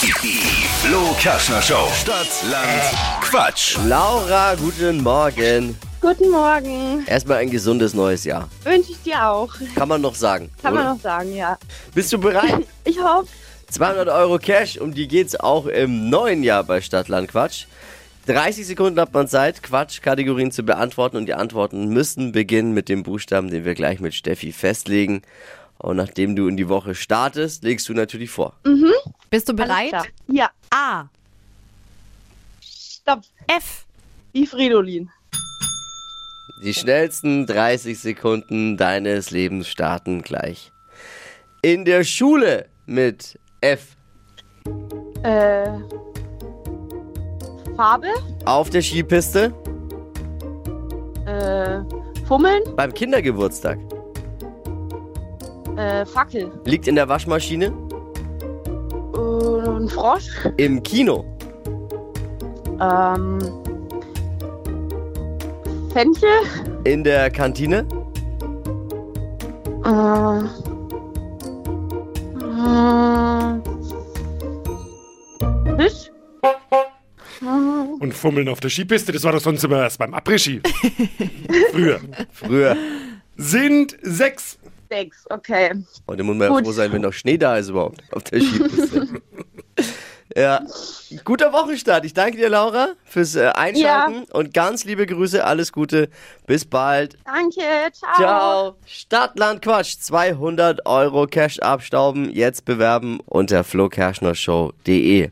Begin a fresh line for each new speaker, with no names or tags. Die Flo Kaschner Show. Stadt, Land, Quatsch.
Laura, guten Morgen.
Guten Morgen.
Erstmal ein gesundes neues Jahr.
Wünsche ich dir auch.
Kann man noch sagen.
Kann
oder?
man noch sagen, ja.
Bist du bereit?
Ich hoffe,
200 Euro Cash, um die geht's auch im neuen Jahr bei Stadtland Quatsch. 30 Sekunden hat man Zeit, Quatsch-Kategorien zu beantworten und die Antworten müssen beginnen mit dem Buchstaben, den wir gleich mit Steffi festlegen. Und nachdem du in die Woche startest, legst du natürlich vor.
Bist du
alles
bereit?
klar. Ja,
A.
stopp.
F.
Wie Fridolin.
Die schnellsten 30 Sekunden deines Lebens starten gleich. In der Schule mit F.
Äh. Farbe.
Auf der Skipiste
Äh. Fummeln.
beim Kindergeburtstag.
Äh. Fackel.
Liegt in der Waschmaschine.
Äh, ein Frosch.
Im Kino.
Ähm. Fenchel.
In der Kantine.
Äh. Äh. Fisch.
und fummeln auf der Skipiste. Das war doch sonst immer erst beim Après-Ski. Früher.
Früher.
Sind sechs.
Sechs. Okay.
Heute muss man ja
Gut.
froh sein, wenn noch Schnee da ist überhaupt. Auf der Skipiste. ja. Guter Wochenstart. Ich danke dir, Laura, fürs äh, Einschalten. Und ganz liebe Grüße. Alles Gute. Bis bald.
Danke. Ciao.
Ciao. Stadtland Quatsch. 200 Euro Cash abstauben. Jetzt bewerben unter flokerschnershow.de.